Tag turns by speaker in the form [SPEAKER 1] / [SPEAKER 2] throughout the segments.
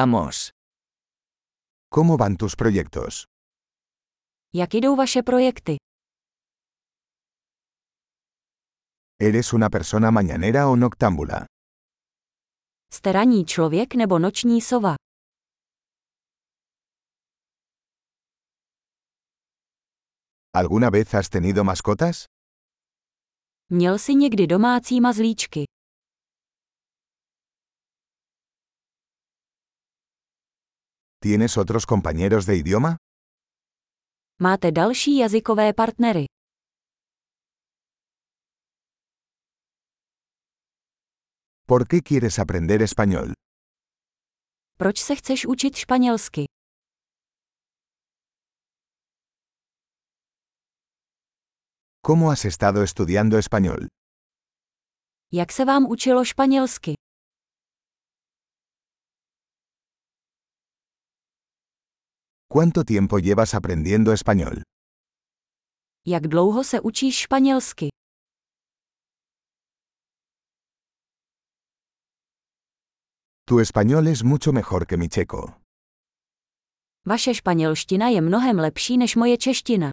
[SPEAKER 1] Vamos.
[SPEAKER 2] ¿Cómo van tus proyectos?
[SPEAKER 3] Jak jdou vaše projekty?
[SPEAKER 2] ¿Eres una persona mañanera o noctámbula?
[SPEAKER 3] Jste ranní člověk nebo noční sova?
[SPEAKER 2] ¿Alguna vez has tenido mascotas?
[SPEAKER 3] Měl jsi někdy domácí mazlíčky?
[SPEAKER 2] ¿Tienes otros compañeros de idioma?
[SPEAKER 3] Máte další jazykové partnery?
[SPEAKER 2] ¿Por qué quieres aprender español?
[SPEAKER 3] Proč se chceš učit španělsky?
[SPEAKER 2] ¿Cómo has estado estudiando español?
[SPEAKER 3] Jak se vám učilo španělsky?
[SPEAKER 2] ¿Cuánto tiempo llevas aprendiendo español?
[SPEAKER 3] Jak dlouho se učíš španělsky?
[SPEAKER 2] Tu español es mucho mejor que mi checo.
[SPEAKER 3] Vaše španělština je mnohem lepší než moje čeština.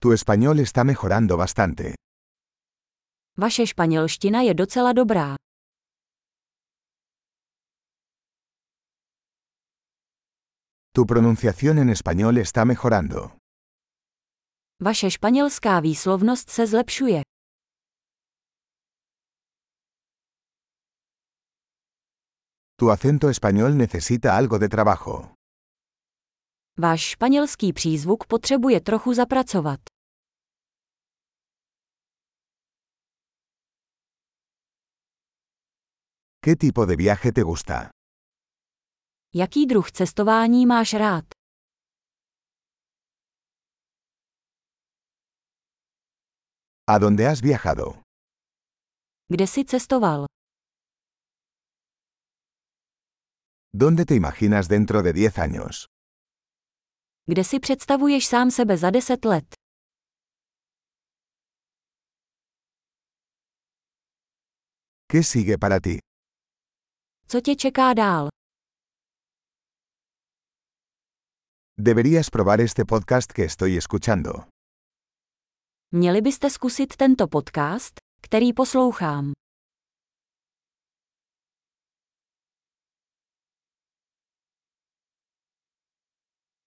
[SPEAKER 2] Tu español está mejorando bastante.
[SPEAKER 3] Vaše španělština je docela dobrá.
[SPEAKER 2] Tu pronunciación en español está mejorando.
[SPEAKER 3] Vaše španělská výslovnost se zlepšuje.
[SPEAKER 2] Tu acento español necesita algo de trabajo.
[SPEAKER 3] Váš španělský přízvuk potřebuje trochu zapracovat.
[SPEAKER 2] ¿Qué tipo de viaje te gusta?
[SPEAKER 3] Jaký druh cestování máš rád?
[SPEAKER 2] ¿A dónde has viajado?
[SPEAKER 3] Kde jsi cestoval?
[SPEAKER 2] ¿Dónde te imaginas dentro de 10 años?
[SPEAKER 3] Kde si představuješ sám sebe za deset let?
[SPEAKER 2] ¿Qué sigue para ti?
[SPEAKER 3] Co tě čeká dál?
[SPEAKER 2] Deberías probar este podcast que estoy escuchando.
[SPEAKER 3] Měli byste zkusit tento podcast, který poslouchám.